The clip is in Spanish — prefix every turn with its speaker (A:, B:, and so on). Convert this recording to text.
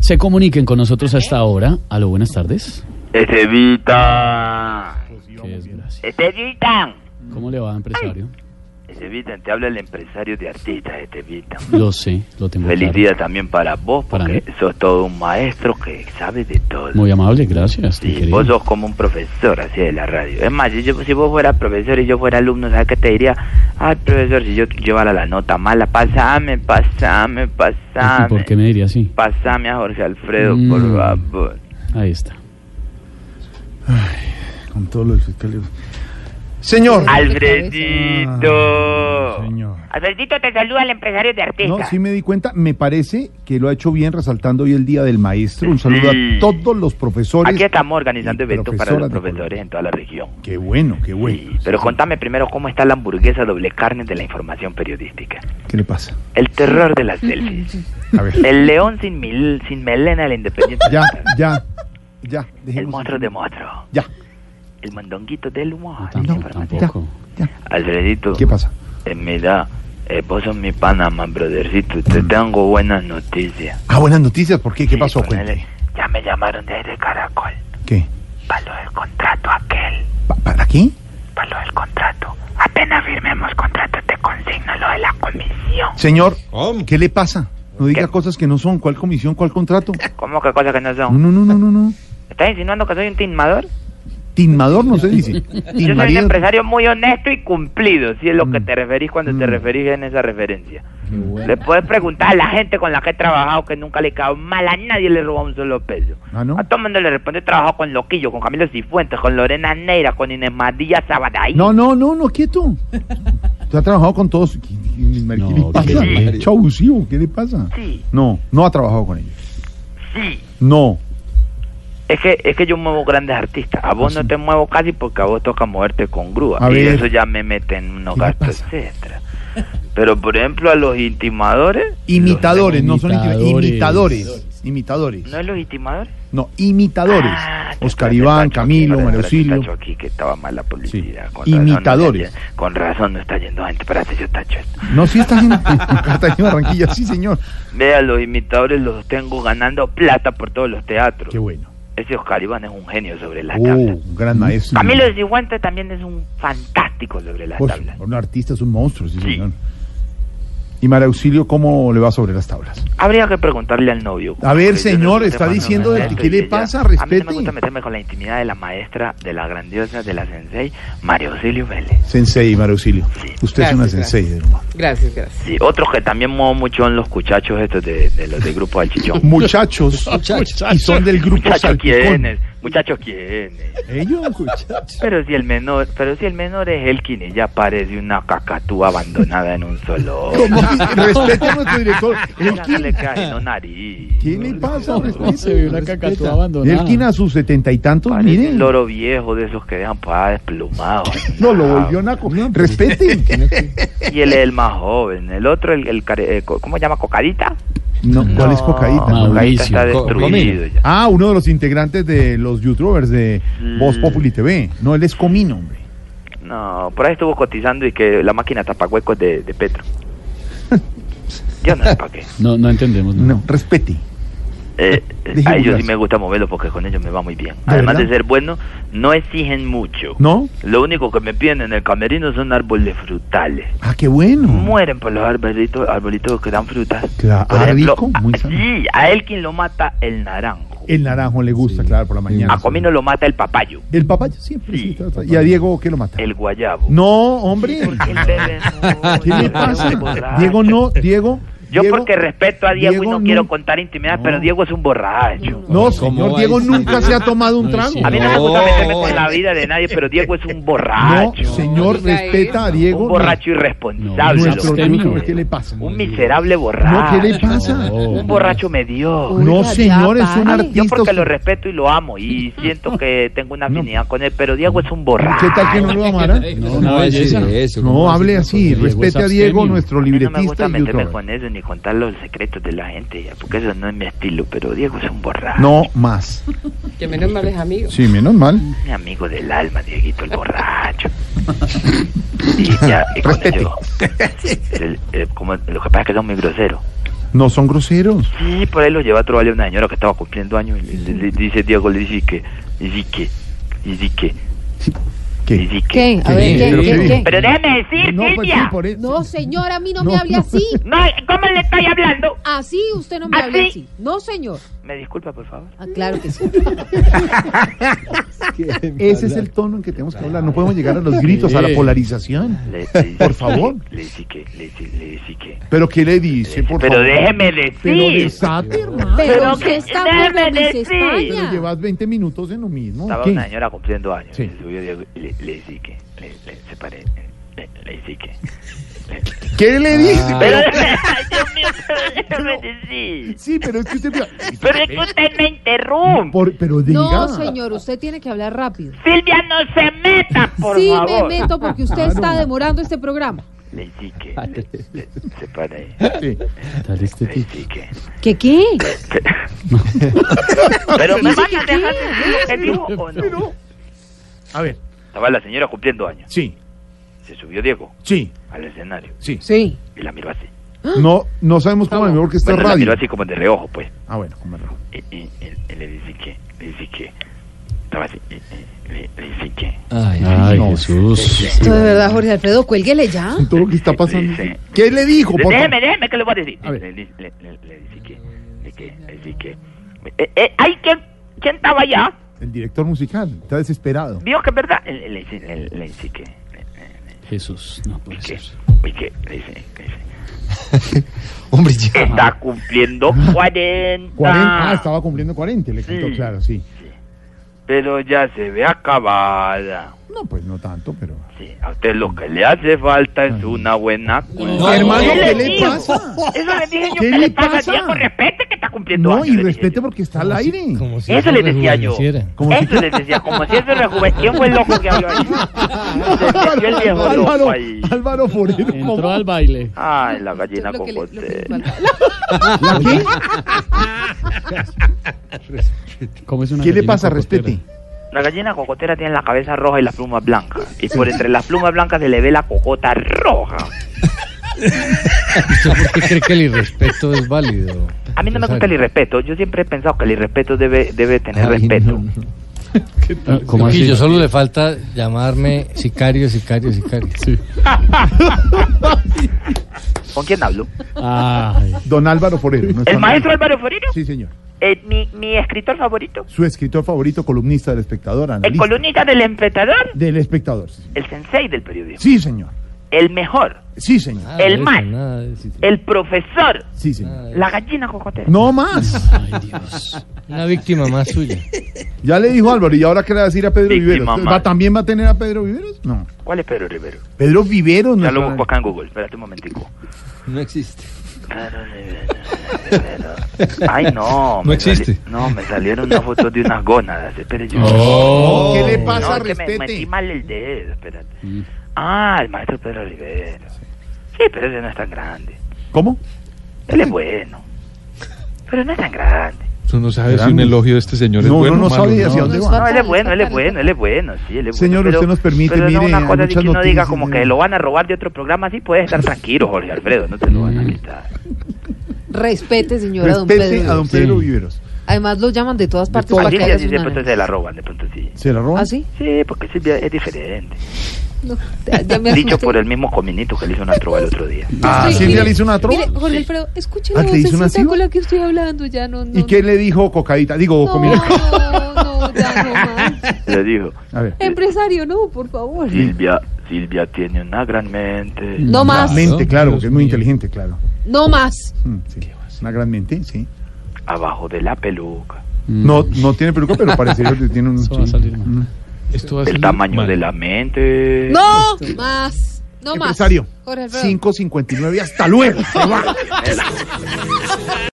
A: se comuniquen con nosotros hasta ahora. Aló, buenas tardes.
B: Estevita.
A: Qué desgracia.
B: Estevita.
A: ¿Cómo le va, empresario?
B: Estevita, te habla el empresario de artistas, Estevita.
A: Lo sé, lo tengo
B: Feliz
A: claro.
B: día también para vos,
A: Para
B: porque
A: mí.
B: sos todo un maestro que sabe de todo.
A: Muy amable, gracias. mi
B: Sí,
A: querido.
B: vos sos como un profesor así de la radio. Es más, si yo- si vos fueras profesor y yo fuera alumno, ¿sabes qué te diría? Ay, profesor, si yo llevara la nota mala, pasame, pasame,
A: ¿Y
B: pasame.
A: ¿Por qué me diría así?
B: Pasame a Jorge Alfredo,
A: Mm.
B: por favor.
A: Ahí está.
C: Con todo lo del fiscal. Señor.
B: Alfredito.
C: Ay, señor.
B: Alfredito, te saluda el empresario de
C: No,
B: artistas.
C: sí me di cuenta. Me parece que lo ha hecho bien resaltando hoy el Día del Maestro. Un saludo
B: Sí.
C: a todos los profesores.
B: Aquí estamos organizando
C: y
B: eventos para los
C: profesoras de
B: profesores en toda la región.
C: Colombia. Qué bueno, qué bueno.
B: Sí, pero contame primero cómo está la hamburguesa doble carne de la información periodística.
C: ¿Qué le pasa?
B: El terror de las selfies.
C: A ver.
B: El león sin, mil, sin melena, el independiente.
C: Ya, ya, ya.
B: El
C: dejemos-
B: monstruo de monstruo.
C: Ya.
B: El mondonguito del humor.
A: Tampoco,
C: no,
A: tampoco.
B: Alfredito.
C: ¿Qué pasa?
B: eh, mira, eh, vos sos mi panamá, brothercito. Te tengo buenas noticias.
C: Ah, buenas noticias. ¿Por qué? ¿Qué
B: Sí,
C: pasó?
B: ponele,
C: Cuente.
B: Ya me llamaron de ahí de Caracol.
C: ¿Qué?
B: Para lo del contrato aquel.
C: ¿Pa- ¿Para qué?
B: Para lo del contrato. Apenas firmemos contrato, te consigno lo de la comisión.
C: Señor, ¿qué le pasa? No diga
B: ¿Qué?
C: cosas que no son. ¿Cuál comisión? ¿Cuál contrato?
B: ¿Cómo que cosa que no
C: No,
B: son?
C: no, no, no, no. no.
B: ¿Estás insinuando que soy un timador?
C: Timador no se dice.
B: Yo soy un
C: Timarido.
B: empresario muy honesto y cumplido, si es lo que te referís cuando te
C: Mm.
B: referís en esa referencia. Le puedes preguntar a la gente con la que he trabajado que nunca le he caído mal a nadie le robó un solo peso.
C: Ah, ¿no?
B: A todo mundo le responde, he trabajado con Loquillo, con Camilo Cifuentes, con Lorena Neira, con Inés María Sabadaí.
C: No, no, no, no, quieto. Usted ha trabajado con todos. ¿Qué, qué-
A: No,
C: qué le pasa?
A: ¿qué le-
C: Mucho abusivo, ¿qué le pasa?
B: Sí,
C: No, no ha trabajado con ellos.
B: sí.
C: No.
B: Es que, es que yo muevo grandes artistas. A vos
C: Ah, sí.
B: no te muevo casi porque a vos toca moverte con grúa.
C: A
B: y
C: ver.
B: eso ya me mete en unos
C: ¿Qué le
B: gastos
C: pasa?
B: extra. Pero, por ejemplo, a los intimadores...
C: Imitadores, no son intima-
A: Imitadores.
C: imitadores. Imitadores.
B: ¿No es los intimadores?
C: No, imitadores.
B: Ah, te
C: Oscar
B: traje
C: Iván,
B: Tacho aquí,
C: Camilo,
B: te
C: Mario
B: traje
C: Silvio.
B: Tacho aquí que estaba mala publicidad.
C: Sí.
B: Con razón
C: Imitadores.
B: no está yendo- con razón no está yendo gente. Espérate, yo tacho esto.
C: No, sí está en Cartagena Barranquilla, sí, señor.
B: Vea, los imitadores los tengo ganando plata por todos los teatros.
C: Qué bueno.
B: Ese Oscar Iván es un genio sobre las
C: Oh,
B: tablas.
C: un gran maestro.
B: Camilo de Cifuentes también es un fantástico sobre las
C: Por
B: tablas.
C: favor, un artista es un monstruo, sí,
B: Sí.
C: señor. Y María Auxilio, ¿cómo le va sobre las tablas?
B: Habría que preguntarle al novio.
C: A ver,
B: Porque yo no
C: señor,
B: sé
C: está
B: más o
C: diciendo
B: menos
C: de
B: esto
C: que-
B: y
C: ¿qué le
B: ella-
C: pasa?
B: A mí no
C: Respete.
B: me gusta meterme con la intimidad de la maestra, de la grandiosa, de la sensei, María Auxilio Vélez.
C: Sensei, María Auxilio. Usted es
D: Gracias,
C: una
D: gracias.
C: sensei, de verdad.
D: Gracias, gracias.
B: Sí, otros que también muevo mucho son los cuchachos estos de, de los del grupo del chichón.
C: Muchachos, y son del grupo
B: Muchachos
C: Salpicón.
B: quiénes, muchachos quiénes.
C: Ellos,
B: Pero si el menor, pero si el menor es el quien ya parece una cacatúa abandonada en un solo.
C: ¿Cómo? Respete a nuestro director.
B: que le
C: Elkin,
B: cae en la nariz.
C: ¿qué le pasa?
A: No, se ve una cacatúa abandonada.
C: Elkin a sus setenta y tantos,
B: Parece
C: miren.
B: un loro viejo de esos que dejan para desplumados.
C: No, lo volvió naco.
A: pues,
C: Respeten.
B: Y él es el más joven. El otro, el, el care- eh, co- ¿cómo se llama? ¿Cocadita?
C: No, ¿cuál es
B: No,
C: cocaína?
B: Cocadita
A: Mauricio.
B: está
E: Co-
B: destruido ya.
C: Ah, uno de los integrantes de los YouTubers de Voz
B: Mm.
C: Populi TV. No, él es Comino, hombre.
B: No, por ahí estuvo cotizando y que la máquina tapahuecos de, de Petro. Yo no sé para qué.
A: No, no entendemos. No.
C: No, respete.
B: Eh,
C: Dije
B: a ellos sí
C: vulgares.
B: me gusta moverlo porque con ellos me va muy bien. Además
C: verdad?
B: de ser bueno, no exigen mucho.
C: ¿No?
B: Lo único que me piden en el camerino son árboles frutales.
C: Ah, qué bueno.
B: Mueren por los arbolitos, arbolitos que dan frutas.
C: Claro,
B: por
C: ah, rico, muy
B: a,
C: sano.
B: sí, a Elkin lo mata el naranjo.
C: El naranjo le gusta, claro, por la mañana.
B: a Comino lo mata el papayo,
C: El papaya siempre. sí,
B: Sí.
C: está- está. ¿Y a Diego qué lo mata?
B: el guayabo.
C: No, hombre.
B: Porque él bebe mucho,
C: ¿Qué le
B: él
C: pasa?
B: es borracho.
C: Diego no, Diego.
B: Yo
C: Diego-
B: porque respeto a Diego, y
C: Diego
B: no,
C: no-
B: quiero contar intimidad, pero Diego es un borracho.
C: No,
E: ¿Cómo
C: señor,
E: va
C: Diego
E: a decir?
C: nunca se ha tomado un
A: No,
C: trago.
A: sí.
B: A mí no, me
E: No.
B: gusta meterme con la vida de nadie, pero Diego es un
C: No,
B: borracho.
C: señor,
D: No,
C: respeta a
F: ¿eh?
C: Diego.
B: un borracho irresponsable.
A: No,
C: Nuestro
B: lo que
A: abstemio.
C: youtuber,
B: es.
C: ¿qué le pasa?
B: Un miserable
C: No,
B: borracho.
C: ¿qué le pasa?
A: No.
B: Un borracho mediocre.
C: No,
F: Oiga, ya,
C: señor, es un
F: pare.
C: artista.
B: Yo porque lo respeto y lo amo y siento que tengo una afinidad con él, pero Diego es un borracho.
C: ¿Qué tal que no lo amara?
A: No, una
E: va a decir
A: belleza.
E: eso? ¿Cómo
C: No,
E: va a
C: hable
E: decir
C: así.
E: una cosa?
A: Diego es
C: Respete a Diego,
A: abstemio.
C: nuestro
B: A mí no me
C: libretista
B: gusta
C: y
B: meterme
C: youtuber.
B: con eso ni contar los secretos de la gente, ya, porque eso no es mi estilo, pero Diego es un borracho.
C: No más.
D: Que menos mal es amigo.
C: Sí, menos mal.
B: Mi amigo del alma, Dieguito el borracho. Y ya, y con
C: Respete.
B: ello, el- el- como- lo que pasa es que son muy groseros.
C: No son groseros.
B: Sí, por ahí lo lleva a trobarle una señora que estaba cumpliendo años. y le, le- le dice Diego, le dice que, y dice que, y dice que, y
C: ¿Qué?
B: dice que.
E: ¿Qué? A ver, ¿qué?
C: ¿Pero
E: ¿Qué?
C: qué?
E: ¿Qué?
B: Pero déjeme decir,
C: No, pues sí,
B: Silvia.
C: por eso.
E: No, señor, a mí no,
C: No.
E: me hable así.
B: No, ¿cómo le estoy hablando?
E: Así usted no me
B: ¿Así?
E: hable así. No, señor.
B: Me disculpa, por favor.
E: Ah, claro que sí.
C: Ese es el tono en que tenemos que hablar. No podemos llegar a los gritos, a la
A: Sí.
C: polarización.
B: Le- le dice
C: Por
B: que,
C: favor.
B: Le dice que, le dice, le dice que.
C: ¿Pero qué le dice, por
B: Pero
C: favor?
B: déjeme
C: Pero
B: decir.
C: desate, hermano.
E: Pero
B: Pero
E: usted
B: que-
E: está por
B: déjeme
E: donde se
B: decir.
E: España.
C: Pero llevas 20 minutos en lo mismo.
B: Estaba
C: ¿Qué?
B: una señora cumpliendo años.
C: Sí.
B: Le subió Diego y le, le dice que, le, le se paré, le, le dice que.
C: ¿Qué le dice?
B: Pero, ay, Dios mío, Ah. pero déjeme decir.
C: Sí, pero es que usted...
B: Pero es que usted me interrumpe.
C: Por- pero diga.
E: No, señor, usted tiene que hablar rápido.
B: Silvia, no se meta, por
E: sí,
B: favor.
E: me meto porque usted está demorando este programa.
B: Le dice que, le, le- se paré,
C: Sí.
A: Tal este
B: le
A: tipo.
B: dice que.
E: ¿Qué qué?
B: Pero me
E: Dice
B: van a
E: que
B: dejar
E: sí.
B: decir lo que dijo o no.
C: A ver,
B: Estaba la señora cumpliendo años.
C: sí,
B: Se subió Diego
C: sí,
B: al escenario
C: sí.
E: Sí.
B: y la miró así.
C: No, no sabemos cómo, mejor que está
B: Bueno, la miró
C: radio.
B: así como de reojo, pues.
C: Ah, bueno, con razón.
B: Y, y- y- y eh, le dice que, le dice que. Estaba así. y- y- le, le dice que.
A: Ay,
C: no.
A: Jesús.
E: De verdad, Jorge Alfredo, cuélguele ya.
C: Todo lo que está pasando.
B: Sí.
C: ¿Qué le dijo? por
B: Déjeme,
C: favor?
B: déjeme, que le voy a decir.
C: A
B: Le,
C: ver.
B: le, le- le- le dice que. Le, que- le dice que. Eh, eh, ay, ¿quién, ¿quién estaba allá?
C: El director musical está desesperado.
B: Vio que es verdad. Le, le dice, le, le dice que. le-
A: Jesús, no puede
B: que-
A: ser.
B: y que- le dice, le dice,
F: Hombre, ya.
B: Está cumpliendo 40.
C: 40, ah, estaba cumpliendo 40, le contó,
B: Sí.
C: claro, sí.
B: Pero ya se ve acabada.
C: No, pues no tanto, pero...
B: Sí, a usted lo que le hace falta es una buena cuenta.
C: Hermano,
B: Eso
C: ¿qué
B: les
C: le
B: digo.
C: pasa?
B: Eso le dije yo. ¿Qué
C: ¿Qué le
B: le pasa?
C: pasa?
B: Diego, respete que está cumpliendo
C: No,
B: años,
C: y
B: le dije
C: respete
B: yo.
C: porque está al aire.
F: Como si
B: Eso les decía yo.
F: rejuveneciera.
C: Como si-
B: Eso les decía, como si eso rejuveneciera. ¿Quién fue el loco que habló ahí? Se metió el viejo
C: Álvaro,
B: loco ahí.
C: Álvaro Forero.
A: Entró al baile.
B: Ay, la
E: Yo
B: gallina
E: creo que
B: con
E: le- lo que le
B: cocote.
E: falta.
A: ¿Cómo es una
C: ¿Qué le
A: gallina
C: pasa?
A: cocotera?
C: Respete.
B: La gallina cocotera tiene la cabeza roja y las plumas blancas. Y por entre las plumas blancas se le ve la cocota roja.
F: ¿Usted por qué cree que el irrespeto es válido?
B: A mí no me gusta el irrespeto. Yo siempre he pensado que el irrespeto debe, debe tener
F: Ay,
B: respeto.
F: no, no.
A: Ah, ¿Cómo
F: Y
A: así?
F: yo solo le falta llamarme sicario, sicario, sicario.
B: ¿Con quién hablo?
A: Ay,
C: Don Álvaro Forero. ¿no está
B: ¿El
C: mal?
B: maestro Álvaro Forero?
C: Sí, señor.
B: Eh, mi, mi escritor favorito.
C: Su escritor favorito, columnista del espectador,
B: El
C: analista.
B: columnista del empetador.
C: Del espectador. sí, señor.
B: El sensei del periodismo.
C: Sí, señor.
B: El mejor.
C: Sí, señor.
F: Nada de
B: El
F: eso,
B: mal.
F: nada de eso.
B: El profesor.
C: Sí,
E: Ah,
C: señor.
B: La gallina cocotera.
C: Eh. No más.
A: ay, Dios.
F: Una víctima más suya.
C: Ya le dijo Álvaro, ¿y ahora qué le va a decir a Pedro
B: Víctima
C: Viveros? ¿Va,
B: mal.
C: ¿También va a tener a Pedro Viveros? No.
B: ¿Cuál es Pedro Rivero?
C: Pedro Viveros no
B: Ya lo
C: está-
B: busco acá en Google. Espérate un momentico.
F: No existe.
B: Pedro Rivero, Rivero. Ay, no.
F: No
B: me sali-
F: existe.
B: No, me salieron unas fotos de unas gónadas. Espere yo.
C: Oh, Mm. ¿Qué le pasa?
B: No, es que me metí
C: Respete.
B: mal el dedo. Espérate. Ah, el maestro Pedro Rivero. Sí, pero ese no es tan grande.
C: ¿Cómo?
B: Él es bueno. Pero no es tan grande.
G: Tú no sabes si
C: Grande.
G: un elogio de este señor es
C: No,
G: bueno
C: no, no
G: o malo,
C: sabía hacia dónde
E: No,
C: va.
B: No, él
E: Fatal,
B: es bueno, él es
E: fatal.
B: bueno, él es bueno, sí, él es
C: Señor,
B: bueno.
C: usted nos permite,
B: pero
C: mire,
B: no una cosa
C: hay
B: de que uno
C: muchas
B: diga
C: noticias,
B: como
C: señor.
B: que lo van a robar de otro programa, sí puedes estar tranquilo, Jorge Alfredo, no te lo van a quitar.
E: Respete, señora don
C: Respete
E: Pedro.
C: a don
A: Sí.
C: Pedro Viveros.
E: Además, lo llaman de todas partes
B: Así
E: para que
B: sí,
E: haga
B: así
E: sus
B: de pronto
C: pues,
E: análisis.
B: se la roban, de pronto sí.
C: ¿Se la roban?
E: ¿Ah, sí?
B: Sí, porque Silvia es diferente.
E: No, ya- ya me
B: Dicho
E: asusté.
B: por el mismo cominito que le hizo una trova el otro día.
C: Ah,
E: Sí,
C: Silvia
E: mire,
C: le hizo una trova.
E: Mire, Jorge Alfredo, escuche
C: Ah,
E: la
C: ¿te hizo una
E: vocecita
C: así?
E: con la que estoy hablando, ya no, no.
C: ¿Y qué le dijo Cocadita? Digo,
E: no,
C: Comino.
E: no, no, ya no más.
B: Le dijo,
C: A ver.
E: Empresario, no, por favor.
C: Mm.
B: Silvia, Silvia tiene una gran mente.
E: No más,
C: Mente, claro,
F: Dios
C: porque es muy
F: mío.
C: inteligente, claro.
E: no más.
C: Mm, sí. Una gran mente, sí.
B: Abajo de la peluca.
C: No, no tiene peluca, pero parece que tiene un.
A: Mm. Eso va a
C: sí.
A: salir mal.
C: Mm.
G: Esto va a
B: El
G: salir
B: tamaño
G: mal.
B: de la mente.
E: No
C: Este,
E: más, no más.
C: Empresario.
E: Jorge Alfredo.
C: 5.59, hasta luego. Se va.